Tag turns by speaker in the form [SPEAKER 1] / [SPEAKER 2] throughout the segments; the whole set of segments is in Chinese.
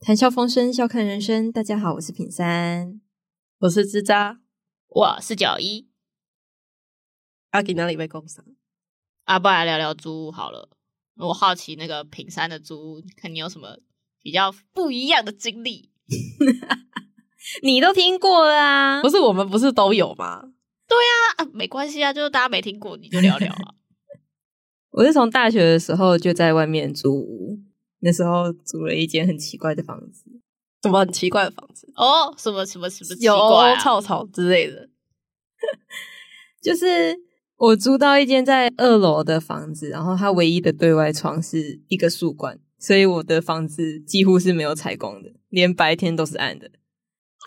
[SPEAKER 1] 谈笑风生，笑看人生。大家好，我是品三。
[SPEAKER 2] 我是吱喳，
[SPEAKER 3] 我是九一
[SPEAKER 2] 阿吉哪里被攻伤？
[SPEAKER 3] 啊，不然来聊聊租屋好了。我好奇那个平山的租屋，看你有什么比较不一样的经历。
[SPEAKER 1] 你都听过啦、
[SPEAKER 2] 不是我们不是都有吗？
[SPEAKER 3] 啊啊，没关系啊，就是大家没听过，你就聊聊啊。
[SPEAKER 1] 我是从大学的时候就在外面租屋，那时候租了一间很奇怪的房子，
[SPEAKER 2] 什么很奇怪的房子，
[SPEAKER 3] 哦，什么什么什么奇
[SPEAKER 2] 有
[SPEAKER 3] 怪、啊？
[SPEAKER 2] 草草之类的。
[SPEAKER 1] 就是我租到一间在二楼的房子，然后它唯一的对外窗是一个树冠，所以我的房子几乎是没有采光的，连白天都是暗的。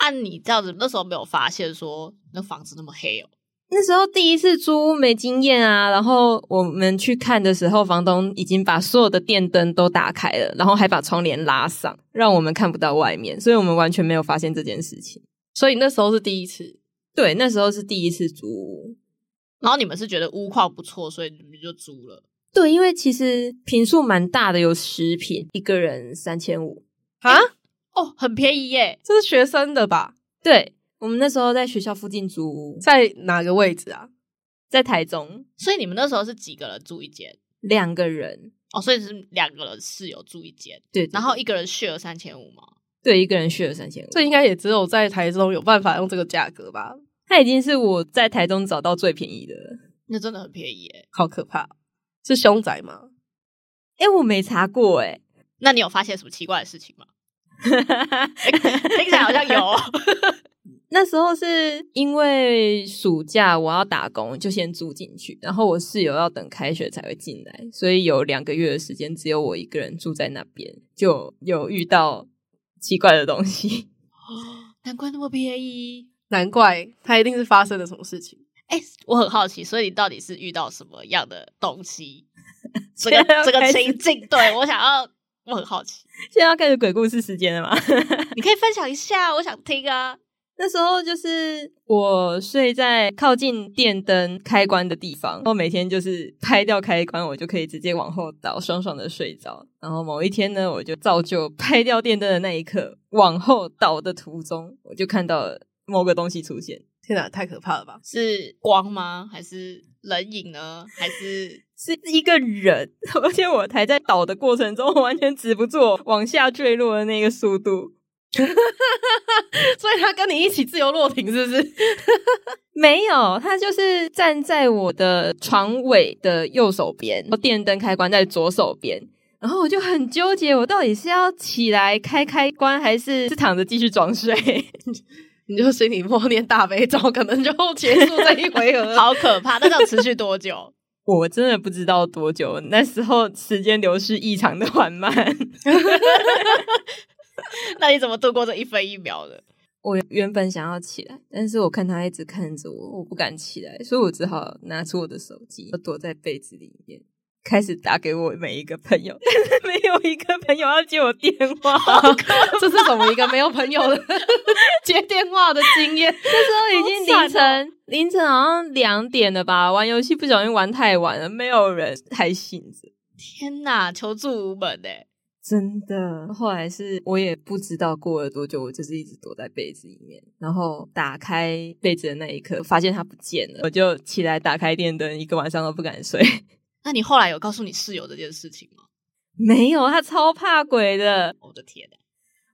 [SPEAKER 3] 按啊你这样子，那时候没有发现说那房子那么黑哦。
[SPEAKER 1] 那时候第一次租屋没经验啊，然后我们去看的时候，房东已经把所有的电灯都打开了，然后还把窗帘拉上，让我们看不到外面，所以我们完全没有发现这件事情。
[SPEAKER 2] 所以那时候是第一次，
[SPEAKER 1] 对，那时候是第一次租屋，
[SPEAKER 3] 然后你们是觉得屋况不错，所以你们就租了。
[SPEAKER 1] 对，因为其实平数蛮大的，有十平，一个人三千五。
[SPEAKER 2] 啊，
[SPEAKER 3] 哦，很便宜耶！
[SPEAKER 2] 这是学生的吧？
[SPEAKER 1] 对，我们那时候在学校附近租屋，
[SPEAKER 2] 在哪个位置啊？
[SPEAKER 1] 在台中，
[SPEAKER 3] 所以你们那时候是几个人住一间？
[SPEAKER 1] 两个人，
[SPEAKER 3] 哦，所以是两个人室友住一间，
[SPEAKER 1] 对，
[SPEAKER 3] 然后一个人 share 三千五吗？
[SPEAKER 1] 对一个人续了三千五，
[SPEAKER 2] 这应该也只有在台中有办法用这个价格吧？
[SPEAKER 1] 它已经是我在台中找到最便宜的了。
[SPEAKER 3] 那真的很便宜耶！
[SPEAKER 2] 好可怕！是凶宅吗？
[SPEAKER 1] 哎，我没查过哎、
[SPEAKER 3] 那你有发现什么奇怪的事 情吗？听起来好像有 哦，
[SPEAKER 1] 那时候是因为暑假我要打工，就先住进去，然后我室友要等开学才会进来，所以有两个月的时间只有我一个人住在那边，就有遇到奇怪的东西。
[SPEAKER 3] 难怪那么便宜。
[SPEAKER 2] 难怪他一定是发生了什么事情。
[SPEAKER 3] 哎、我很好奇，所以你到底是遇到什么样的东西？这个这个
[SPEAKER 1] 开始
[SPEAKER 3] 情境，对我想要，我很好奇，
[SPEAKER 1] 现在要开始鬼故事时间了吗？
[SPEAKER 3] 你可以分享一下，我想听啊。
[SPEAKER 1] 那时候就是我睡在靠近电灯开关的地方，然后每天就是拍掉开关，我就可以直接往后倒，爽爽的睡着。然后某一天呢，我就照旧拍掉电灯的那一刻，往后倒的途中，我就看到了某个东西出现，
[SPEAKER 2] 天哪，太可怕了吧！
[SPEAKER 3] 是光吗？还是人影呢？还 是
[SPEAKER 1] 是一个人， 而且我还在倒的过程中，我完全止不住我往下坠落的那个速度。
[SPEAKER 2] 所以他跟你一起自由落体是不是？
[SPEAKER 1] 没有，他就是站在我的床尾的右手边，然后电灯开关在左手边，然后我就很纠结，我到底是要起来开开关，还是是躺着继续装睡？
[SPEAKER 2] 你就心里默念大悲咒，可能就结束 这一回合了。
[SPEAKER 3] 好可怕？那这样持续多久？
[SPEAKER 1] 我真的不知道多久，那时候时间流逝异常的缓慢。
[SPEAKER 3] 那你怎么度过这一分一秒的？
[SPEAKER 1] 我原本想要起来，但是我看他一直看着我，我不敢起来，所以我只好拿出我的手机，躲在被子里面，开始打给我每一个朋友， 但是没有一个朋友要接我电话。
[SPEAKER 2] 哦这是怎么一个没有朋友的 接电话的经验？
[SPEAKER 1] 那时候已经凌
[SPEAKER 2] 好惨哦
[SPEAKER 1] 晨，凌晨好像两点了吧？玩游戏不小心玩太晚了，没有人还醒着，
[SPEAKER 3] 天哪，求助无门哎、
[SPEAKER 1] 真的。后来是我也不知道过了多久，我就是一直躲在被子里面，然后打开被子的那一刻，发现它不见了，我就起来打开电灯，一个晚上都不敢睡。
[SPEAKER 3] 那你后来有告诉你室友这件事情吗？
[SPEAKER 1] 没有，他超怕鬼的。
[SPEAKER 3] 我的天哪！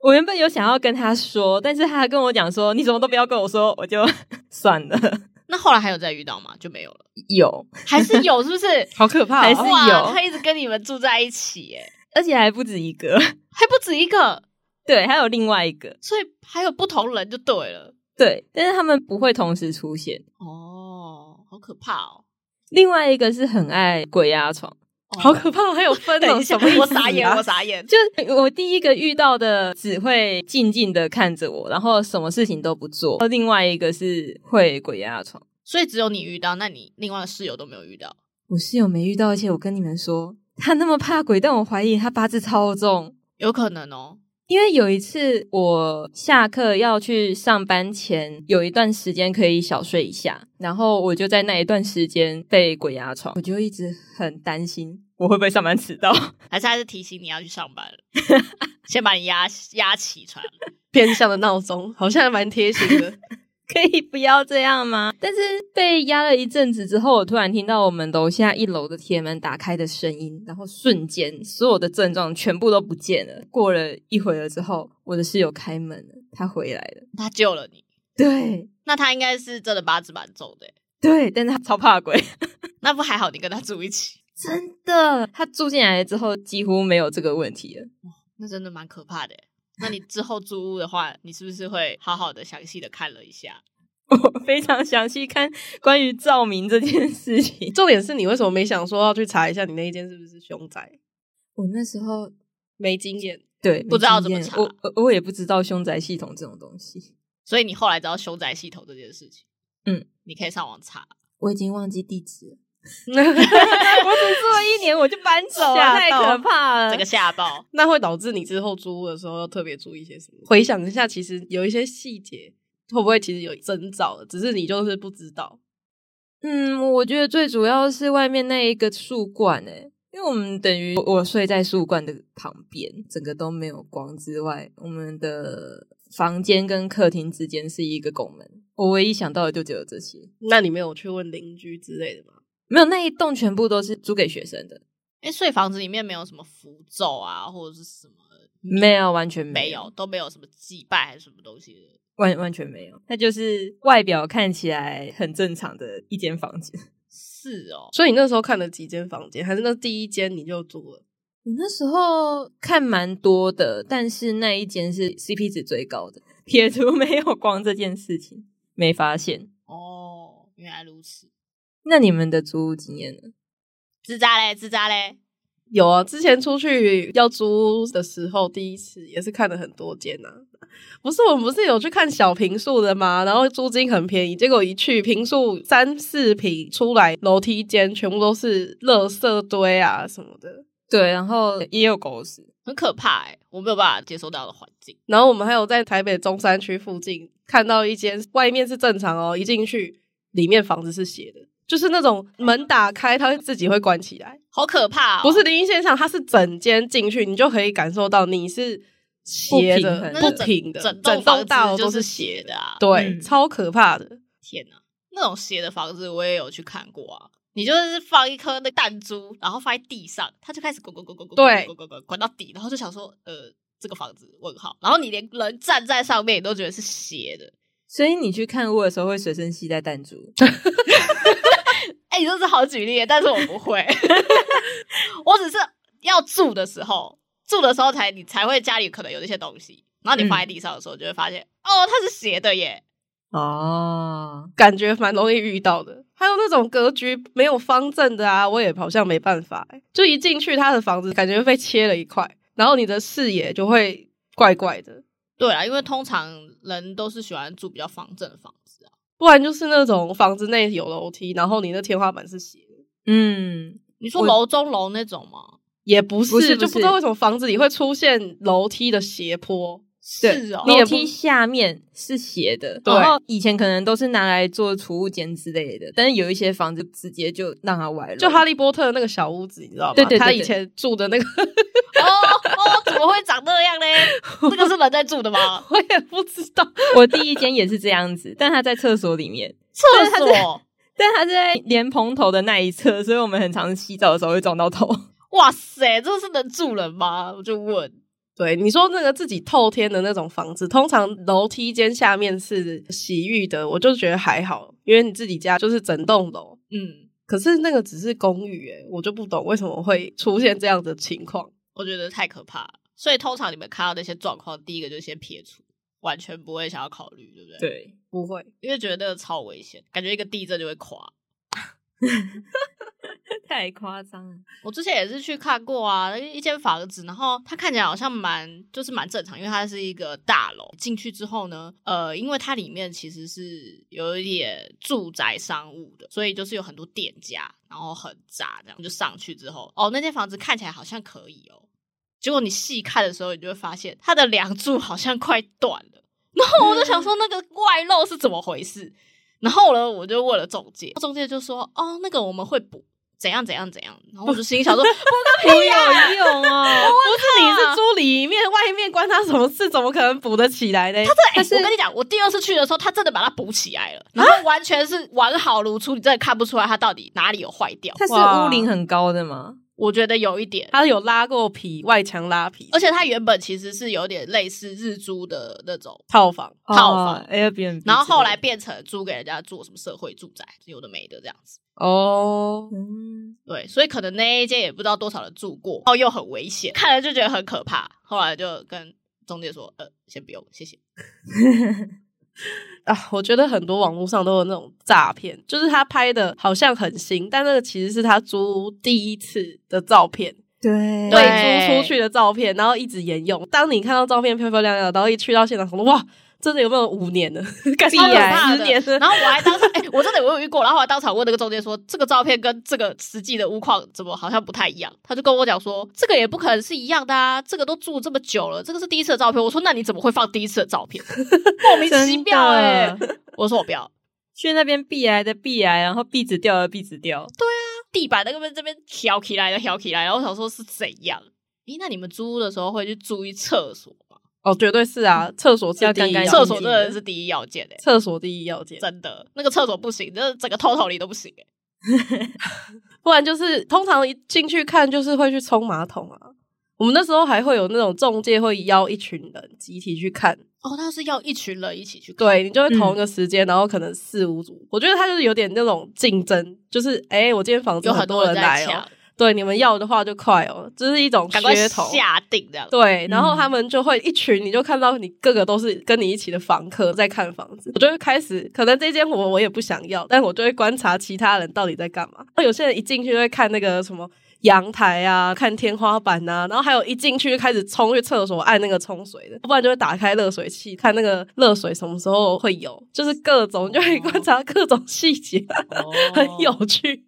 [SPEAKER 1] 我原本有想要跟他说，但是他跟我讲说，你什么都不要跟我说，我就 算了。
[SPEAKER 3] 那后来还有再遇到吗？就没有了，
[SPEAKER 1] 有，
[SPEAKER 3] 还是有是 不是？
[SPEAKER 2] 好可怕、
[SPEAKER 1] 还
[SPEAKER 2] 哦！
[SPEAKER 1] 是
[SPEAKER 3] 哇
[SPEAKER 1] 有
[SPEAKER 3] 他一直跟你们住在一起耶，
[SPEAKER 1] 而且还不止一个，
[SPEAKER 3] 还不止一个，
[SPEAKER 1] 对，还有另外一个。
[SPEAKER 3] 所以还有不同人就对了。
[SPEAKER 1] 对，但是他们不会同时出现。
[SPEAKER 3] 哦，好可怕哦！
[SPEAKER 1] 另外一个是很爱鬼压床，
[SPEAKER 3] 哦
[SPEAKER 2] 好可怕！还有分
[SPEAKER 3] 等
[SPEAKER 2] 哦，
[SPEAKER 3] 一下，
[SPEAKER 2] 什么意思、啊？
[SPEAKER 3] 我傻眼，我傻眼。
[SPEAKER 1] 就我第一个遇到的只会静静的看着我，然后什么事情都不做；另外一个是会鬼压床。
[SPEAKER 3] 所以只有你遇到，那你另外的室友都没有遇到。
[SPEAKER 1] 我室友没遇到，而且我跟你们说，他那么怕鬼，但我怀疑他八字超重。
[SPEAKER 3] 有可能哦，
[SPEAKER 1] 因为有一次我下课要去上班前，有一段时间可以小睡一下，然后我就在那一段时间被鬼压床，我就一直很担心，我会不会上班迟到？
[SPEAKER 3] 还是还是提醒你要去上 班了，先把你压压起床。
[SPEAKER 2] 变相的闹钟， 好像还蛮贴心的。
[SPEAKER 1] 可以不要这样吗？但是被压了一阵子之后，我突然听到我们楼下一楼的铁门打开的声音，然后瞬间所有的症状全部都不见了。过了一会儿之后，我的室友开门了，他回来了。
[SPEAKER 3] 他救了你，
[SPEAKER 1] 对
[SPEAKER 3] 那他应该是真的八字蛮重的欸，
[SPEAKER 1] 对，但是他超怕鬼，
[SPEAKER 3] 那不还好你跟他住一起，
[SPEAKER 1] 真的。他住进来之后几乎没有这个问题了。
[SPEAKER 3] 那真的蛮可怕的欸。那你之后租屋的话，你是不是会好好的详细的看了一下？
[SPEAKER 1] 我非常详细看关于照明这件事情，
[SPEAKER 2] 重点是你为什么没想说要去查一下你那一间是不是凶宅？
[SPEAKER 1] 我那时候
[SPEAKER 2] 没经验，
[SPEAKER 1] 对
[SPEAKER 3] 不知道怎么
[SPEAKER 1] 没经验
[SPEAKER 3] 查
[SPEAKER 1] 我我我也不知道凶宅系统这种东西，
[SPEAKER 3] 所以你后来知道凶宅系统这件事情，
[SPEAKER 1] 嗯，
[SPEAKER 3] 你可以上网查。
[SPEAKER 1] 我已经忘记地址了。
[SPEAKER 2] 那
[SPEAKER 1] 我只住了一年我就搬走了，啊
[SPEAKER 2] 吓
[SPEAKER 1] 太
[SPEAKER 2] 到
[SPEAKER 1] 可怕了。
[SPEAKER 3] 这个吓爆，
[SPEAKER 2] 会导致你之后租屋的时候要特别注意些什么？回想一下，其实有一些细节会不会其实有征兆的，只是你就是不知道。
[SPEAKER 1] 嗯，我觉得最主要是外面那一个树冠、欸，因为我们等于我我睡在树冠的旁边，整个都没有光之外，我们的房间跟客厅之间是一个拱门。我唯一想到的就只有这些，
[SPEAKER 2] 那你没有去问邻居之类的吗？
[SPEAKER 1] 没有那一栋全部都是租给学生的，
[SPEAKER 3] 哎、所以房子里面没有什么符咒啊，或者是什么
[SPEAKER 1] 嗯没有，完全
[SPEAKER 3] 没
[SPEAKER 1] 有
[SPEAKER 3] 有，都没有什么祭拜还是什么东西的，
[SPEAKER 1] 完完全没有，它就是外表看起来很正常的一间房间。
[SPEAKER 3] 是哦，
[SPEAKER 2] 所以你那时候看了几间房间，还是那第一间你就租了？
[SPEAKER 1] 我那时候看蛮多的，但是那一间是 CP 值最高的。撇除没有光这件事情，没发现。
[SPEAKER 3] 哦，原来如此。
[SPEAKER 1] 那你们的租屋经验呢？
[SPEAKER 3] 自扎嘞，自扎嘞，
[SPEAKER 2] 有啊，之前出去要租屋的时候，第一次也是看了很多间呐、不是我们不是有去看小平数的吗？然后租金很便宜，结果一去平数三四平出来，楼梯间全部都是垃圾堆啊什么的。
[SPEAKER 1] 对，然后也有狗屎，
[SPEAKER 3] 很可怕哎、我没有办法接受到的环境。
[SPEAKER 2] 然后我们还有在台北中山区附近看到一间，外面是正常哦，一进去里面房子是斜的，就是那种门打开它会自己会关起来。
[SPEAKER 3] 好可怕、哦！
[SPEAKER 2] 不是，灵异现象，它是整间进去，你就可以感受到你是斜的、
[SPEAKER 1] 不平衡的
[SPEAKER 2] 不平的，
[SPEAKER 3] 整
[SPEAKER 2] 整
[SPEAKER 3] 栋
[SPEAKER 2] 栋大
[SPEAKER 3] 房
[SPEAKER 2] 楼
[SPEAKER 3] 子
[SPEAKER 2] 都
[SPEAKER 3] 就是是
[SPEAKER 2] 斜
[SPEAKER 3] 斜
[SPEAKER 2] 的，
[SPEAKER 3] 的啊！
[SPEAKER 2] 对，
[SPEAKER 1] 嗯
[SPEAKER 2] 超可怕的。
[SPEAKER 3] 天哪，那种斜的房子我也有去看过啊。你就是放一颗那弹珠，然后放在地上，它就开始滚滚滚滚滚
[SPEAKER 2] 对
[SPEAKER 3] 滚滚滚滚滚到底，然后就想说，呃，这个房子问号，然后你连人站在上面，你都觉得是斜的，
[SPEAKER 1] 所以你去看屋的时候会随身携带弹珠。
[SPEAKER 3] 哎、你这是好举例，但是我不会， 我只是要住的时候，住的时候才你才会家里可能有这些东西，然后你放在地上的时候，就会发现、哦，它是斜的耶，
[SPEAKER 1] 哦，
[SPEAKER 2] 感觉蛮容易遇到的。还有那种格局没有方正的啊，我也好像没办法欸、就一进去他的房子，感觉被切了一块，然后你的视野就会怪怪的。
[SPEAKER 3] 对啦，因为通常人都是喜欢住比较方正的房子啊，
[SPEAKER 2] 不然就是那种房子内有楼梯，然后你的天花板是斜的，
[SPEAKER 1] 嗯，
[SPEAKER 3] 你说
[SPEAKER 1] 我
[SPEAKER 3] 楼中楼那种吗？
[SPEAKER 2] 也不是，
[SPEAKER 1] 不是不
[SPEAKER 2] 就不知道
[SPEAKER 1] 是
[SPEAKER 2] 为什么房子里会出现楼梯的斜坡。
[SPEAKER 1] 对
[SPEAKER 3] 是哦，
[SPEAKER 2] 你也
[SPEAKER 1] 楼
[SPEAKER 2] 不
[SPEAKER 1] 梯下面是斜的，
[SPEAKER 2] 对
[SPEAKER 1] 然后以前可能都是拿来做储物间之类的，但是有一些房子直接就让它歪了。
[SPEAKER 2] 就哈利波特的那个小屋子，你知道吗？
[SPEAKER 1] 对对对
[SPEAKER 2] 他
[SPEAKER 1] 对
[SPEAKER 2] 以前住的那个，
[SPEAKER 3] 哦哦，怎么会长那 样嘞？这个是人在住的吗？
[SPEAKER 2] 我也不知道。
[SPEAKER 1] 我第一间也是这样子，但它在厕所里面。
[SPEAKER 3] 厕所，
[SPEAKER 1] 但它是在莲蓬头的那一侧，所以我们很常洗澡的时候会撞到头。
[SPEAKER 3] 哇塞，这是能住人吗？我就问，
[SPEAKER 2] 对，你说那个自己透天的那种房子，通常楼梯间下面是洗浴的，我就觉得还好，因为你自己家就是整栋楼。
[SPEAKER 3] 嗯，
[SPEAKER 2] 可是那个只是公寓、欸，我就不懂为什么会出现这样的情况。
[SPEAKER 3] 我觉得太可怕了。所以通常你们看到那些状况，第一个就先撇除，完全不会想要考虑，对不对？，
[SPEAKER 1] 对，
[SPEAKER 2] 不会，
[SPEAKER 3] 因为觉得那个超危险，感觉一个地震就会垮。
[SPEAKER 1] 太夸张了。
[SPEAKER 3] 我之前也是去看过啊，一间房子，然后它看起来好像蛮就是蛮正常，因为它是一个大楼。进去之后呢，呃，因为它里面其实是有一点住宅商务的，所以就是有很多店家，然后很杂这样。就上去之后，哦，那间房子看起来好像可以哦，结果你细看的时候，你就会发现它的梁柱好像快断了。然后我就想说，那个外露是怎么回事？然后呢，我就问了中介，中介就说：“哦，那个我们会补。”怎样怎样怎样，然后我就心里想说，不
[SPEAKER 1] 不有用哦。
[SPEAKER 2] 你 是猪里面外面关他什么事？怎么可能补得起来呢？
[SPEAKER 3] 哎、我跟你讲，我第二次去的时候，他真的把它补起来了，然后完全是完好如初，你真的看不出来它到底哪里有坏掉。
[SPEAKER 1] 它是屋龄很高的吗？
[SPEAKER 3] 我觉得有一点，
[SPEAKER 2] 他有拉过皮，外墙拉皮，
[SPEAKER 3] 而且它原本其实是有点类似日租的那种，
[SPEAKER 2] 套房
[SPEAKER 3] 套房
[SPEAKER 1] 哦 Airbnb，
[SPEAKER 3] 然后后来
[SPEAKER 1] 之
[SPEAKER 3] 变成租给人家做什么社会住宅，有的没的这样子。
[SPEAKER 2] 哦
[SPEAKER 1] 类的，嗯，
[SPEAKER 3] 对，所以可能那一间也不知道多少人住过，哦，又很危险，看了就觉得很可怕。后来就跟中介说，呃，先不用，谢谢。
[SPEAKER 2] 啊！我觉得很多网络上都有那种诈骗，就是他拍的好像很新，但那个其实是他租第一次的照片，
[SPEAKER 1] 对
[SPEAKER 3] 对
[SPEAKER 2] 对，租出去的照片，然后一直沿用。当你看到照片漂漂亮亮的，然后一去到现场，想说哇，真的有没有五年了？感觉
[SPEAKER 1] 必
[SPEAKER 2] 有
[SPEAKER 1] 然
[SPEAKER 2] 十年了。
[SPEAKER 3] 然后我还当场，哎、我真的我有遇过，然后我还当场问那个中介说，这个照片跟这个实际的屋况怎么好像不太一样？他就跟我讲说，这个也不可能是一样的啊，这个都住这么久了，这个是第一次的照片。我说那你怎么会放第一次的照片？莫名其
[SPEAKER 1] 真
[SPEAKER 3] 妙哎、
[SPEAKER 1] 的。
[SPEAKER 3] 我说我不要，
[SPEAKER 1] 去那边避癌的避癌，然后壁纸掉的壁纸掉，
[SPEAKER 3] 地板那个这边挑起来的挑起来，然后我想说是怎样？咦，那你们租屋的时候会去注意厕所吗？
[SPEAKER 2] 哦，绝对是啊，厕所是
[SPEAKER 1] 要
[SPEAKER 2] 第一
[SPEAKER 1] 干干
[SPEAKER 2] 要
[SPEAKER 1] 净
[SPEAKER 2] 件，
[SPEAKER 1] 净
[SPEAKER 3] 厕所真的是第一要件哎、
[SPEAKER 2] 厕所第一要件，
[SPEAKER 3] 真的，那个厕所不行，就是整个 total 里都不行、欸。
[SPEAKER 2] 不然就是通常一进去看就是会去冲马桶啊。我们那时候还会有那种中介会邀一群人集体去看，
[SPEAKER 3] 哦，那是要一群人一起去看。
[SPEAKER 2] 对你就会同一
[SPEAKER 3] 嗯
[SPEAKER 2] 个时间，然后可能四五组。我觉得他就是有点那种竞争，就是哎、我今天房子
[SPEAKER 3] 有很
[SPEAKER 2] 多人
[SPEAKER 3] 人
[SPEAKER 2] 来
[SPEAKER 3] 在
[SPEAKER 2] 哦
[SPEAKER 3] 抢，，
[SPEAKER 2] 对，你们要的话就快哦，这、是一种
[SPEAKER 3] 赶快
[SPEAKER 2] 噱头。
[SPEAKER 3] 下定这样。
[SPEAKER 2] 对，然
[SPEAKER 1] 嗯
[SPEAKER 2] 后他们就会一群，你就看到你各个都是跟你一起的房客在看房子，我就会开始，可能这间我我也不想要，但我就会观察其他人到底在干嘛。那有些人一进去就会看那个什么阳台啊，看天花板啊，然后还有一进去就开始冲去厕所按那个冲水的，不然就会打开热水器看那个热水什么时候会有，就是各种就会
[SPEAKER 3] 哦
[SPEAKER 2] 观察各种细节， 很有趣。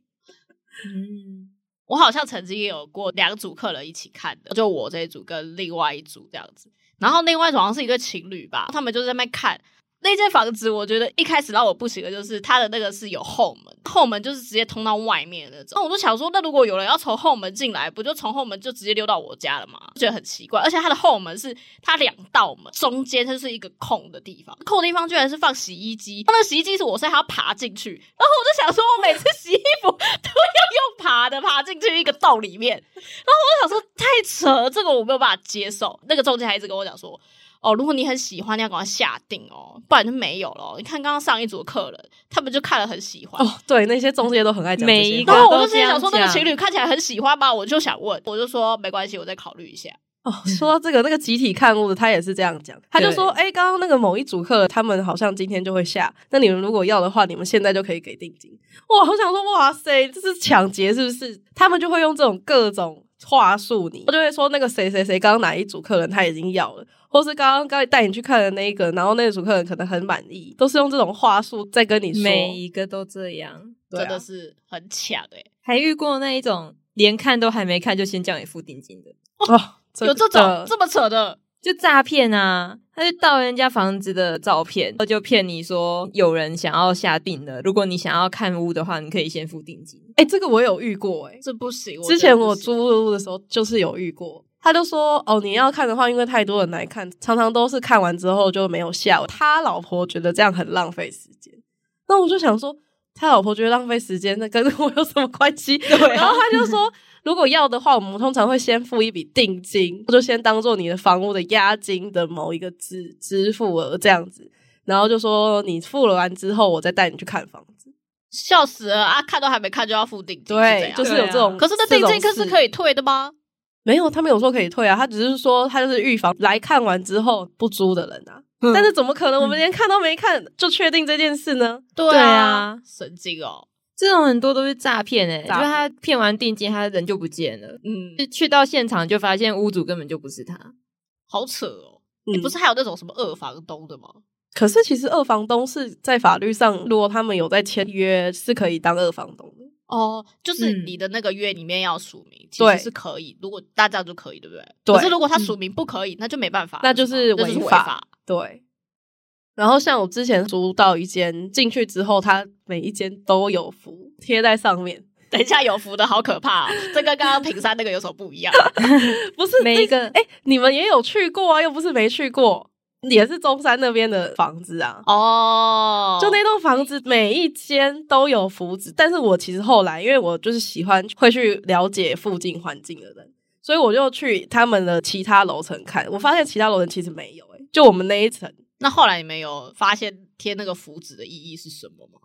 [SPEAKER 1] 嗯，
[SPEAKER 3] 我好像曾经也有过两组客人一起看的，就我这一组跟另外一组这样子。然后另外一组好像是一对情侣吧，他们就在那边看那间房子。我觉得一开始让我不行的就是它的那个是有后门，后门就是直接通到外面的那种。那我就想说，那如果有人要从后门进来，不就从后门就直接溜到我家了吗？觉得很奇怪。而且它的后门是它两道门，中间它是一个空的地方，空的地方居然是放洗衣机。那个洗衣机是我是还要爬进去，然后我就想说，我每次洗衣服都要用爬的爬进去一个洞里面，然后我就想说太扯了，这个我没有办法接受。那个中介还一直跟我讲说。哦，如果你很喜欢，你要赶快下定哦，不然就没有了哦。你看刚刚上一组的客人，他们就看了很喜欢，
[SPEAKER 2] 哦， 对，那些中介都很爱讲这
[SPEAKER 1] 每
[SPEAKER 2] 些
[SPEAKER 1] 一
[SPEAKER 2] 话
[SPEAKER 1] 个
[SPEAKER 3] 然后我
[SPEAKER 1] 都
[SPEAKER 3] 就
[SPEAKER 1] 这
[SPEAKER 3] 心里想
[SPEAKER 1] 样
[SPEAKER 3] 说，那个
[SPEAKER 1] 讲
[SPEAKER 3] 情侣看起来很喜欢吧，我就想问，我就说没关系，我再考虑一下。
[SPEAKER 2] 哦，说到这个，那个集体看屋的他也是这样讲，他就说：“哎，刚刚那个某一组客，他们好像今天就会下，那你们如果要的话，你们现在就可以给定金。”哇，我想说，哇塞，这是抢劫是不是？他们就会用这种各种话术你，我就会说那个谁谁谁刚刚哪一组客人他已经要了，或是刚刚刚才带你去看的那一个，然后那组客人可能很满意，都是用这种话术在跟你说，
[SPEAKER 1] 每一个都这样，
[SPEAKER 2] 对
[SPEAKER 3] 真
[SPEAKER 2] 啊
[SPEAKER 3] 的是很强哎、
[SPEAKER 1] 还遇过那一种连看都还没看就先叫你付定金的，
[SPEAKER 2] 哦，真
[SPEAKER 3] 有这
[SPEAKER 2] 的
[SPEAKER 3] 种这么扯的，
[SPEAKER 1] 就诈骗啊！他就盗人家房子的照片，就骗你说有人想要下定了，如果你想要看屋的话，你可以先付定金。
[SPEAKER 2] 哎，这个我有遇过哎、
[SPEAKER 3] 这不行。
[SPEAKER 2] 之前
[SPEAKER 3] 觉得不
[SPEAKER 2] 我
[SPEAKER 3] 行
[SPEAKER 2] 租屋的时候就是有遇过，他就说哦，你要看的话，因为太多人来看，常常都是看完之后就没有下。他老婆觉得这样很浪费时间，那我就想说，他老婆觉得浪费时间，那跟我有什么关系？
[SPEAKER 3] 啊
[SPEAKER 2] 然后他就说，如果要的话，我们通常会先付一笔定金，就先当做你的房屋的押金的某一个支支付额这样子。然后就说你付了完之后，我再带你去看房子。
[SPEAKER 3] 笑死了啊！看都还没看就要付定金，
[SPEAKER 2] 对，啊
[SPEAKER 3] 是
[SPEAKER 2] 就
[SPEAKER 3] 这样啊
[SPEAKER 2] 是有这种。
[SPEAKER 3] 可是那定金
[SPEAKER 2] 可
[SPEAKER 3] 可是可以退的吗？
[SPEAKER 2] 没有，他没有说可
[SPEAKER 1] 嗯
[SPEAKER 2] 以退啊，他只是说他就是预防来看完之后不租的人啊。
[SPEAKER 1] 嗯
[SPEAKER 2] 但是怎么可能我们连看都没看就确定这件事呢？
[SPEAKER 3] 对
[SPEAKER 1] 对啊，
[SPEAKER 3] 神经哦，
[SPEAKER 1] 这种很多都是诈骗哎、欸，
[SPEAKER 2] 诈
[SPEAKER 1] 就是
[SPEAKER 2] 骗
[SPEAKER 1] 他骗完定金，他人就不见了。
[SPEAKER 3] 嗯，
[SPEAKER 1] 就去到现场就发现屋主根本就不是他，
[SPEAKER 3] 好扯哦。
[SPEAKER 2] 嗯
[SPEAKER 3] 你不是还有那种什么二房东的吗？
[SPEAKER 2] 可是其实二房东是在法律上，如果他们有在签约，是可以当二房东的。
[SPEAKER 3] 哦，就是
[SPEAKER 1] 嗯
[SPEAKER 3] 你的那个约里面要署名，其
[SPEAKER 2] 对
[SPEAKER 3] 实是可以，如果大家就可以，对不对？
[SPEAKER 2] 对
[SPEAKER 3] 可是如果他署名不可以，那就没办法，
[SPEAKER 2] 那就是是
[SPEAKER 3] 吗那就是
[SPEAKER 2] 违
[SPEAKER 3] 违
[SPEAKER 2] 法
[SPEAKER 3] 法。
[SPEAKER 2] 对。然后像我之前租到一间，进去之后，他每一间都有符贴在上面，
[SPEAKER 3] 等一下有福的好可怕、哦，这跟刚刚平山那个有什么不一 样？
[SPEAKER 2] 不是
[SPEAKER 1] 每一个
[SPEAKER 2] 哎、你们也有去过啊，又不是没去过，也是中山那边的房子啊。
[SPEAKER 3] 哦，
[SPEAKER 2] 就那栋房子每一间都有福子，但是我其实后来，因为我就是喜欢会去了解附近环境的人，所以我就去他们的其他楼层看，我发现其他楼层其实没有、欸，就我们那一层，
[SPEAKER 3] 那后来你们有发现贴那个符纸的意义是什么吗？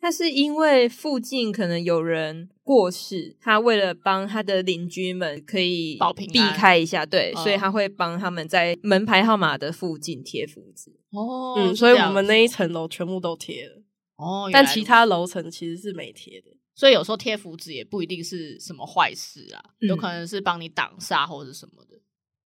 [SPEAKER 1] 他是因为附近可能有人过世，他为了帮他的邻居们可以
[SPEAKER 3] 保平安
[SPEAKER 1] 避开一下，对，
[SPEAKER 2] 嗯
[SPEAKER 3] 哦
[SPEAKER 1] 所以他会帮他们在门牌号码的附近贴符纸。
[SPEAKER 3] 哦
[SPEAKER 2] 嗯，所以我们那一层楼全部都贴了，
[SPEAKER 3] 哦，
[SPEAKER 2] 但其
[SPEAKER 3] 原来如
[SPEAKER 2] 他楼层其实是没贴的。
[SPEAKER 3] 此所以有时候贴符纸也不一定是什么坏事啊，
[SPEAKER 1] 嗯
[SPEAKER 3] 有可能是帮你挡煞或者什么的。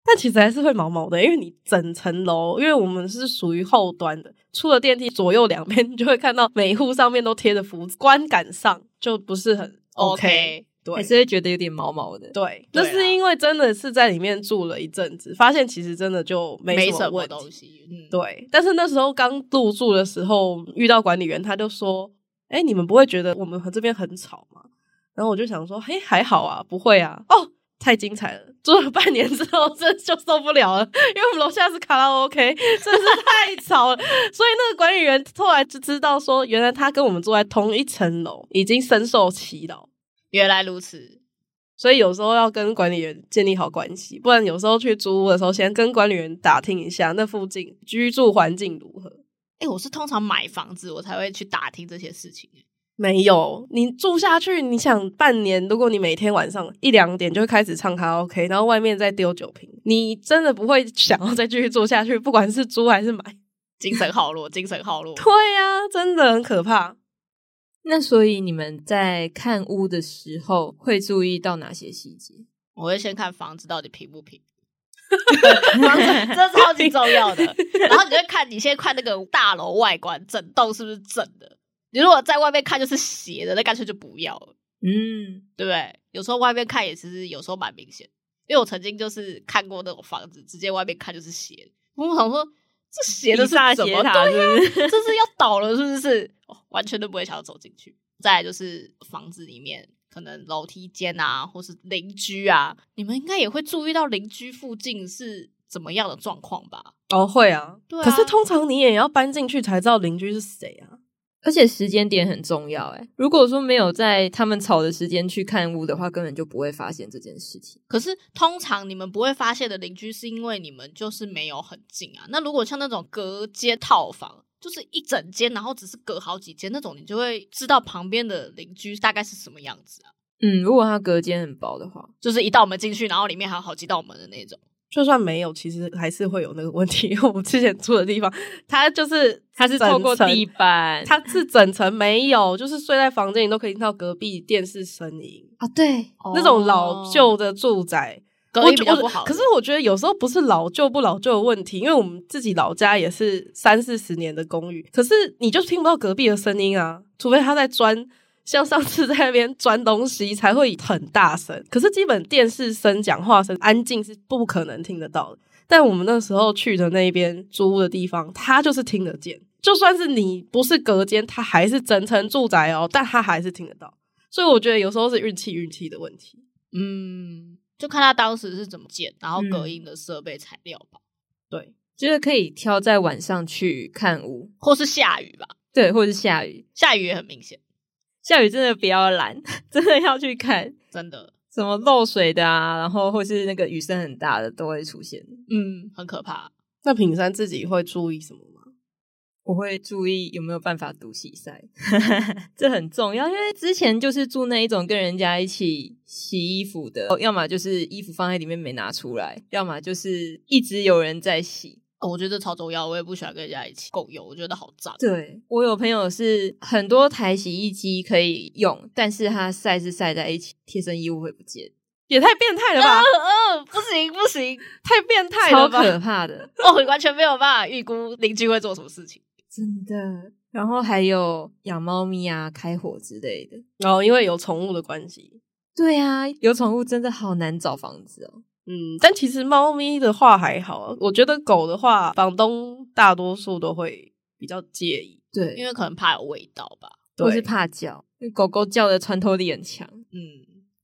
[SPEAKER 2] 但其实还是会毛毛的，因为你整层楼，因为我们是属于后端的，出了电梯左右两边，你 就会看到每一户上面都贴着符，观感上就不是很
[SPEAKER 3] 哦
[SPEAKER 2] OK,
[SPEAKER 1] 还
[SPEAKER 2] 对，
[SPEAKER 1] 是会觉得有点毛毛的。
[SPEAKER 2] 对，
[SPEAKER 3] 对啊
[SPEAKER 2] 那
[SPEAKER 3] 啦
[SPEAKER 2] 是因为真的是在里面住了一阵子，发现其实真的就
[SPEAKER 3] 没
[SPEAKER 2] 什么
[SPEAKER 3] 么
[SPEAKER 2] 问
[SPEAKER 3] 东
[SPEAKER 2] 题。
[SPEAKER 3] 西。嗯，，
[SPEAKER 2] 对，但是那时候刚入住的时候遇到管理员，他就说：“哎、你们不会觉得我们这边很吵吗？”然后我就想说：“嘿，还好啊，不会啊。”哦，太精彩了！住了半年之后，真的就受不了了，因为我们楼下是卡拉 OK，真是太吵了。所以那个管理员后来就知道说，原来他跟我们住在同一层楼，已经深受其扰。
[SPEAKER 3] 原来如此。
[SPEAKER 2] 所以有时候要跟管理员建立好关系，不然有时候去租屋的时候，先跟管理员打听一下那附近居住环境如何。
[SPEAKER 3] 哎、我是通常买房子我才会去打听这些事情、欸
[SPEAKER 2] 没有，你住下去，你想半年，如果你每天晚上一两点就会开始唱卡拉 OK，然后外面再丢酒瓶，你真的不会 想要再继续住下去，不管是租还是买。
[SPEAKER 3] 精神耗弱，精神耗弱。
[SPEAKER 2] 对呀、真的很可怕。
[SPEAKER 1] 那所以你们在看屋的时候会注意到哪些细节？
[SPEAKER 3] 我会先看房子到底平不 平，房子这超级重要的。然后你就会看，你先看那个大楼外观，整栋是不是正的。你如果在外面看就是斜的，那干脆就不要了，
[SPEAKER 1] 嗯，
[SPEAKER 3] 对不对？有时候外面看也其实有时候蛮明显，因为我曾经就是看过那种房子，直接外面看就是斜的。我想说，这斜的是
[SPEAKER 1] 萨
[SPEAKER 3] 怎么
[SPEAKER 1] 斜塔
[SPEAKER 3] 对
[SPEAKER 1] 是不是？
[SPEAKER 3] 这是要倒了是不是？哦完全都不会想要走进去。再来就是房子里面可能楼梯间啊，或是邻居啊，你们应该也会注意到邻居附近是怎么样的状况吧？
[SPEAKER 2] 哦，会啊，
[SPEAKER 3] 对啊
[SPEAKER 2] 可是通常你也要搬进去才知道邻居是谁啊。
[SPEAKER 1] 而且时间点很重要，哎，如果说没有在他们吵的时间去看屋的话，根本就不会发现这件事情。
[SPEAKER 3] 可是通常你们不会发现的邻居，是因为你们就是没有很近啊。那如果像那种隔间套房，就是一整间，然后只是隔好几间那种，你就会知道旁边的邻居大概是什么样子啊。
[SPEAKER 1] 嗯，如果它隔间很薄的话，
[SPEAKER 3] 就是一道门进去，然后里面还有好几道门的那种。
[SPEAKER 2] 就算没有，其实还是会有那个问题。 因为我们之前住的地方，它就是
[SPEAKER 1] 它是透过地，板，
[SPEAKER 2] 它是整层没有，就是睡在房间里都可以听到隔壁电视声音。
[SPEAKER 1] 啊，对，
[SPEAKER 2] 那种老
[SPEAKER 3] 哦
[SPEAKER 2] 旧的住宅，
[SPEAKER 3] 隔
[SPEAKER 2] 我
[SPEAKER 3] 音
[SPEAKER 2] 觉
[SPEAKER 3] 比较
[SPEAKER 2] 我
[SPEAKER 3] 不好。
[SPEAKER 2] 可是我觉得有时候不是老旧不老旧的问题，因为我们自己老家也是三四十年的公寓，可是你就听不到隔壁的声音啊，除非他在钻。像上次在那边钻东西才会很大声，可是基本电视声、讲话声安静是不可能听得到的。但我们那时候去的那边租屋的地方，它就是听得见，就算是你不是隔间，它还是整层住宅哦，但它还是听得到。所以我觉得有时候是运气、运气的问题。
[SPEAKER 3] 嗯，就看他当时是怎么建，然后隔
[SPEAKER 1] 嗯
[SPEAKER 3] 音的设备材料吧，
[SPEAKER 2] 对，
[SPEAKER 1] 就是可以挑在晚上去看屋，
[SPEAKER 3] 或是下雨吧，
[SPEAKER 1] 对，或者是下雨，
[SPEAKER 3] 下雨也很明显，
[SPEAKER 1] 下雨真的不要懒， 真的要去看。
[SPEAKER 3] 真的，
[SPEAKER 1] 什么漏水的啊，然后或是那个雨声很大的都会出现。
[SPEAKER 3] 嗯，很可怕。
[SPEAKER 2] 那品山自己会注意什么吗？
[SPEAKER 1] 我会注意有没有办法读洗晒， 这很重要，因为之前就是住那一种跟人家一起洗衣服的，要么就是衣服放在里面没拿出来，要么就是一直有人在洗。
[SPEAKER 3] 哦我觉得这超重要，我也不喜欢跟人家一起共用，我觉得好脏。
[SPEAKER 1] 对我有朋友是很多台洗衣机可以用，但是它晒是晒在一起，贴身衣物会不见，
[SPEAKER 2] 也太变态了吧！
[SPEAKER 3] 嗯、呃，不行不行，
[SPEAKER 2] 太变态
[SPEAKER 1] 超
[SPEAKER 2] 了吧！
[SPEAKER 1] 可怕的。
[SPEAKER 3] 哦，完全没有办法预估邻居会做什么事情。
[SPEAKER 1] 真的。然后还有养猫咪啊、开火之类的。
[SPEAKER 2] 然哦后、因为有宠物的关系，
[SPEAKER 1] 对啊，有宠物真的好难找房子哦。
[SPEAKER 2] 嗯，但其实猫咪的话还好，啊我觉得狗的话，房东大多数都会比较介意。
[SPEAKER 1] 对，
[SPEAKER 3] 因为可能怕有味道吧，
[SPEAKER 1] 或是
[SPEAKER 2] 对，
[SPEAKER 1] 怕叫，因为狗狗叫的穿透力很强。
[SPEAKER 3] 嗯，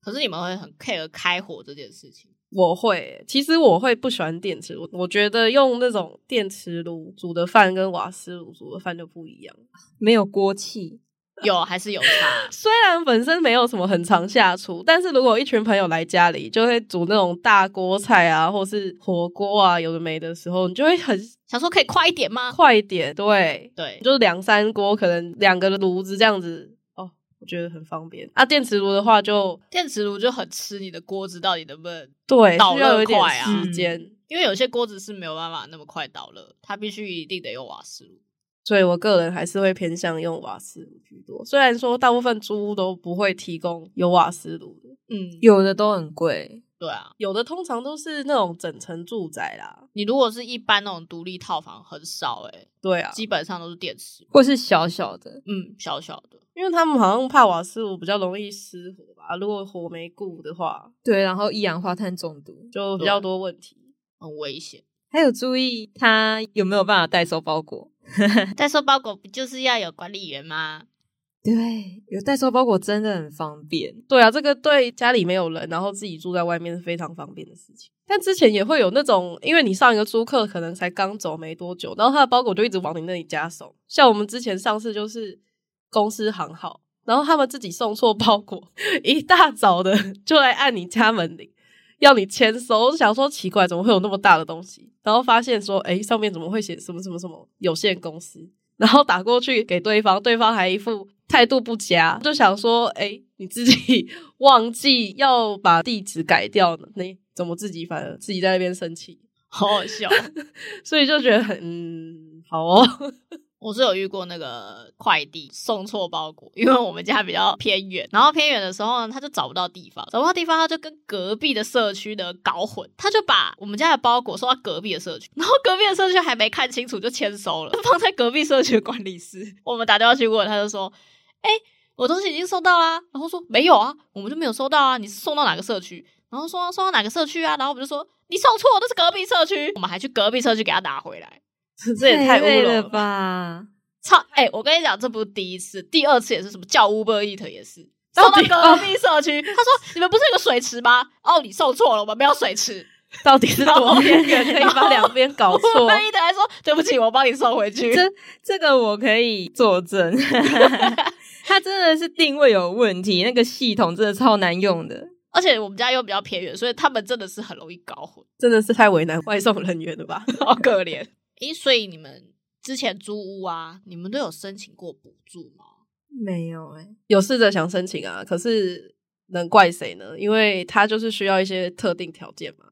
[SPEAKER 3] 可是你们会很 care 开火这件事 情，
[SPEAKER 2] 我会，其实我会不喜欢电磁炉，我觉得用那种电磁炉煮的饭跟瓦斯炉煮的饭就不一样。？
[SPEAKER 1] 没有锅气，
[SPEAKER 3] 有还是有差
[SPEAKER 2] 虽然本身没有什么很常下厨，但是如果一群朋友来家里，就会煮那种大锅菜啊，或是火锅啊，有的没的时候，你就会很
[SPEAKER 3] 想说可以快一点吗？
[SPEAKER 2] 快一点，对，
[SPEAKER 3] 对，
[SPEAKER 2] 就是两三锅，可能两个炉子这样子，哦，我觉得很方便。啊，电磁炉的话就
[SPEAKER 3] 电磁炉就很吃你的锅子到底能不能，
[SPEAKER 2] 对，
[SPEAKER 3] 导
[SPEAKER 2] 需要有一
[SPEAKER 3] 热
[SPEAKER 2] 点
[SPEAKER 3] 快啊
[SPEAKER 2] 时间。
[SPEAKER 3] 因为有些锅子是没有办法那么快导热，它必须一定得用瓦斯炉。
[SPEAKER 2] 所以我个人还是会偏向用瓦斯炉居多，虽然说大部分租屋都不会提供有瓦斯炉的，
[SPEAKER 3] 嗯，
[SPEAKER 1] 有的都很贵。
[SPEAKER 3] 对啊，
[SPEAKER 2] 有的通常都是那种整层住宅啦。
[SPEAKER 3] 你如果是一般那种独立套房，很少诶、
[SPEAKER 2] 对啊，
[SPEAKER 3] 基本上都是电磁炉。
[SPEAKER 1] 或是小小的，
[SPEAKER 3] 嗯，小小的，
[SPEAKER 2] 因为他们好像怕瓦斯炉比较容易失火吧，如果火没顾的话，
[SPEAKER 1] 对，然后一氧化碳中毒，
[SPEAKER 2] 就比较多问题。
[SPEAKER 3] 很危险。
[SPEAKER 1] 还有注意它有没有办法代收包裹。
[SPEAKER 3] 代收包裹不就是要有管理员吗？
[SPEAKER 1] 对，有代收包裹真的很方 便。
[SPEAKER 2] 对啊，这个对家里没有人，然后自己住在外面是非常方便的事情。但之前也会有那种，因为你上一个租客可能才刚走没多久，然后他的包裹就一直往你那里加送。像我们之前上次就是公司行号，然后他们自己送错包裹，一大早的就来按你家门铃，要你签收。我就想说奇怪，怎么会有那么大的东西？然后发现说，诶，上面怎么会写什么什么什么有限公司？然后打过去给对方，对方还一副态度不佳，就想说：“哎，你自己 忘记要把地址改掉呢，你怎么自己反而自己在那边生气
[SPEAKER 3] 好好笑。？”
[SPEAKER 2] 所以就觉得很嗯，好哦，
[SPEAKER 3] 我是有遇过那个快递送错包裹，因为我们家比较偏远，然后偏远的时候呢，他就找不到地方，找不到地方，他就跟隔壁的社区的搞混，他就把我们家的包裹送到隔壁的社区，然后隔壁的社区还没看清楚就签收了， 放在隔壁社区的管理室。我们打电话去问，他就说：“哎、我东西已经收到啦、然后说：“没有啊，我们就没有收到啊，你是送到哪个社区？”然后说送到哪个社区啊？然后我们就说你送错，那是隔壁社区。我们还去隔壁社区给他拿回来。
[SPEAKER 2] 这也太
[SPEAKER 1] 累
[SPEAKER 2] 乌龙
[SPEAKER 1] 了
[SPEAKER 2] 了吧！
[SPEAKER 1] 吧！
[SPEAKER 3] 超哎、我跟你讲，这不是第一次，第二次也是什么叫 Uber Eat 也是送
[SPEAKER 2] 到
[SPEAKER 3] 到
[SPEAKER 2] 底哦
[SPEAKER 3] 隔壁社区，他说你们不是有个水池吗？哦，你送错了，我们没有水池。
[SPEAKER 2] 到底是多边缘可以把两边搞错
[SPEAKER 3] Uber？Eat 还说对不起，我帮你送回去。
[SPEAKER 1] 这这个我可以作证， 它真的是定位有问题，那个系统真的超难用的。
[SPEAKER 3] 而且我们家又比较偏远，所以他们真的是很容易搞混，
[SPEAKER 2] 真的是太为难外送人员了吧？
[SPEAKER 3] 好可 怜。诶，所以你们之前租屋啊，你们都有申请过补助吗？
[SPEAKER 1] 没有哎、
[SPEAKER 2] 有试着想申请啊，可是能怪谁呢？因为他就是需要一些特定条件嘛。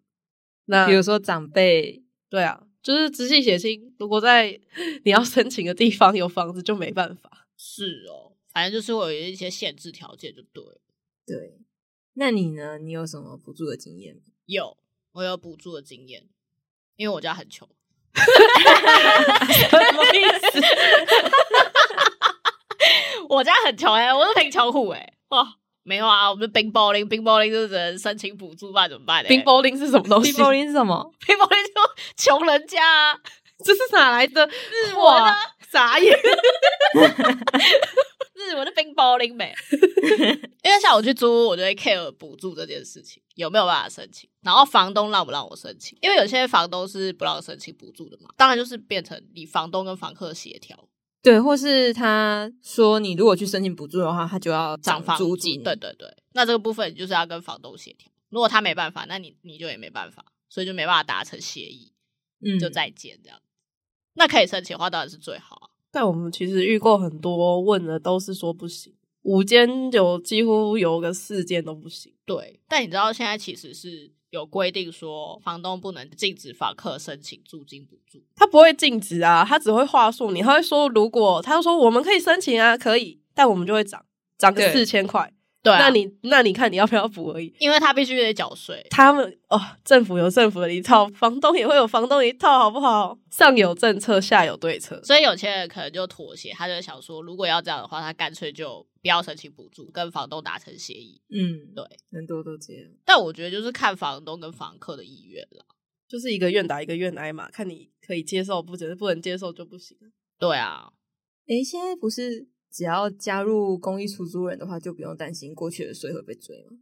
[SPEAKER 2] 那
[SPEAKER 1] 比如说长辈，
[SPEAKER 2] 对啊，就是直系血亲，如果在 你要申请的地方有房子，就没办法。
[SPEAKER 3] 是哦，反正就是会有一些限制条件，就对了。
[SPEAKER 1] 对，那你呢？你有什么补助的经验吗？
[SPEAKER 3] 有，我有补助的经验，因为我家很穷。
[SPEAKER 2] 什么意思？
[SPEAKER 3] 我家很穷哎、我是贫穷户哎、哇，没有啊，我们冰暴林，冰暴林就是只能申请补助，不然怎么办、欸？
[SPEAKER 2] 冰
[SPEAKER 3] 冰
[SPEAKER 2] 柏林是什么东西
[SPEAKER 1] 冰？暴哦林是什么？
[SPEAKER 3] 冰暴林就穷人家、啊，
[SPEAKER 2] 这是哪来的日
[SPEAKER 3] 文啊？
[SPEAKER 2] 傻眼！
[SPEAKER 3] 日文的冰暴林呗。因为像我去租屋，我就会 care 补助这件事情有没有办法申请，然后房东让不让我申请，因为有些房东是不让申请补助的嘛，当然就是变成你房东跟房客协调
[SPEAKER 1] 对，或是他说你如果去申请补助的话，他就要
[SPEAKER 3] 涨
[SPEAKER 1] 涨
[SPEAKER 3] 房
[SPEAKER 1] 租金。
[SPEAKER 3] 对，对对，那这个部分你就是要跟房东协调，如果他没办法，那你你就也没办法，所以就没办法达成协议。
[SPEAKER 1] 嗯，
[SPEAKER 3] 就再见这样。那可以申请的话，当然是最好啊。
[SPEAKER 2] 但我们其实遇过很多问的，都是说不行。五间有几乎有个四间都不行，
[SPEAKER 3] 对，但你知道现在其实是有规定说，房东不能禁止房客申请租金补助。
[SPEAKER 2] 他不会禁止啊，他只会话术你，他会说如果他就说我们可以申请啊，可以，但我们就会涨涨个
[SPEAKER 1] 对
[SPEAKER 2] 四千块，
[SPEAKER 3] 对啊、
[SPEAKER 2] 那你那你看你要不要补而已。
[SPEAKER 3] 因为他必须得缴税，
[SPEAKER 2] 他们哦，政府有政府的一套，房东也会有房东的一套，好不好？上有政策，下有对策。
[SPEAKER 3] 所以有些人可能就妥协，他就想说，如果要这样的话，他干脆就不要申请补助，跟房东达成协议。
[SPEAKER 1] 嗯，
[SPEAKER 3] 对，
[SPEAKER 1] 很多都这样。
[SPEAKER 3] 但我觉得就是看房东跟房客的意愿了。
[SPEAKER 2] 就是一个愿打一个愿挨嘛，看你可以接受不接，不能接受就不行。
[SPEAKER 3] 对啊，
[SPEAKER 1] 诶，现在不是只要加入公益出租人的话，就不用担心过去的税会被追嘛。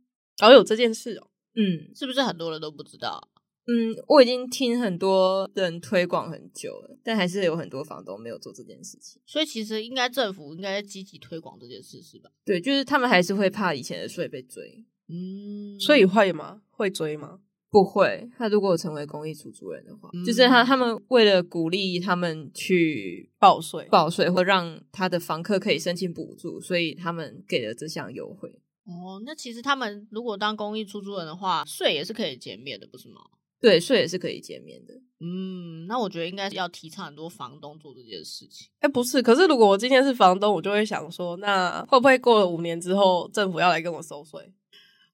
[SPEAKER 2] 哦，有这件事哦。
[SPEAKER 1] 嗯
[SPEAKER 3] 是不是很多人都不知道？
[SPEAKER 1] 嗯，我已经听很多人推广很久了，但还是有很多房东没有做这件事情。
[SPEAKER 3] 所以其实应该政府应该积极推广这件事，是吧？
[SPEAKER 1] 对，就是他们还是会怕以前的税被追。
[SPEAKER 3] 嗯，
[SPEAKER 2] 所以会吗？会追吗？
[SPEAKER 1] 不会，他如果成为公益出租人的话，
[SPEAKER 3] 嗯
[SPEAKER 1] 就是他他们为了鼓励他们去
[SPEAKER 2] 报税？
[SPEAKER 1] 报税，或让他的房客可以申请补助，所以他们给了这项优惠。
[SPEAKER 3] 哦，那其实他们如果当公益出租人的话，税也是可以减免的，不是吗？
[SPEAKER 1] 对，税也是可以减免的。
[SPEAKER 3] 嗯，那我觉得应该要提倡很多房东做这件事情。
[SPEAKER 2] 哎、不是，可是如果我今天是房东，我就会想说，那会不会过了五年之后，政府要来跟我收税？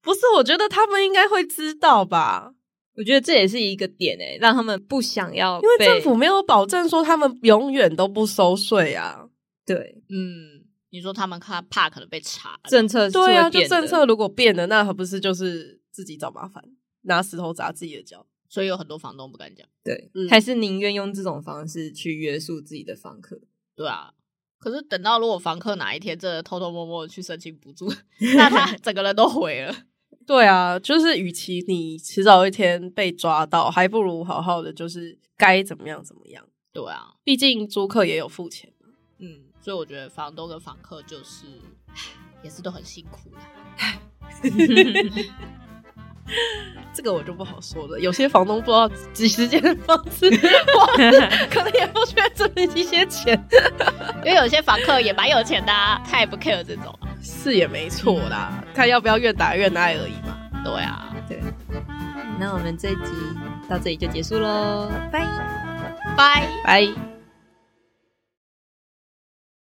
[SPEAKER 2] 不是，我觉得他们应该会知道吧，
[SPEAKER 1] 我觉得这也是一个点诶、让他们不想要
[SPEAKER 2] 因为
[SPEAKER 1] 被
[SPEAKER 2] 政府没有保证说他们永远都不收税啊。
[SPEAKER 1] 对
[SPEAKER 3] 嗯，你说他们怕怕可能被查，
[SPEAKER 1] 政策是会
[SPEAKER 2] 对啊，就
[SPEAKER 1] 变的
[SPEAKER 2] 政策如果变了，那还不是就是自己找麻烦，拿石头砸自己的脚？
[SPEAKER 3] 所以有很多房东不敢讲。
[SPEAKER 1] 对，
[SPEAKER 2] 嗯
[SPEAKER 1] 还是宁愿用这种方式去约束自己的房 客。
[SPEAKER 3] 对啊，可是等到如果房客哪一天真的偷偷摸摸的去申请补助， 那他整个人都毁了。
[SPEAKER 2] 对啊，就是与其你迟早一天被抓到，还不如好好的，就是该怎么样怎么样。
[SPEAKER 3] 对啊，
[SPEAKER 2] 毕竟租客也有付钱。
[SPEAKER 3] 嗯，所以我觉得房东跟房客就是唉也是都很辛苦啦。
[SPEAKER 2] 这个我就不好说了。有些房东不知道几十间房子 花了，可能也不需要这么一些钱，
[SPEAKER 3] 因为有些房客也蛮有钱的、啊，他也不 care 这种。啊
[SPEAKER 2] 是也没错啦。看要不要越打越爱而已嘛。
[SPEAKER 3] 对啊，
[SPEAKER 1] 那我们这一集到这里就结束喽，拜。
[SPEAKER 3] 拜。
[SPEAKER 2] 拜。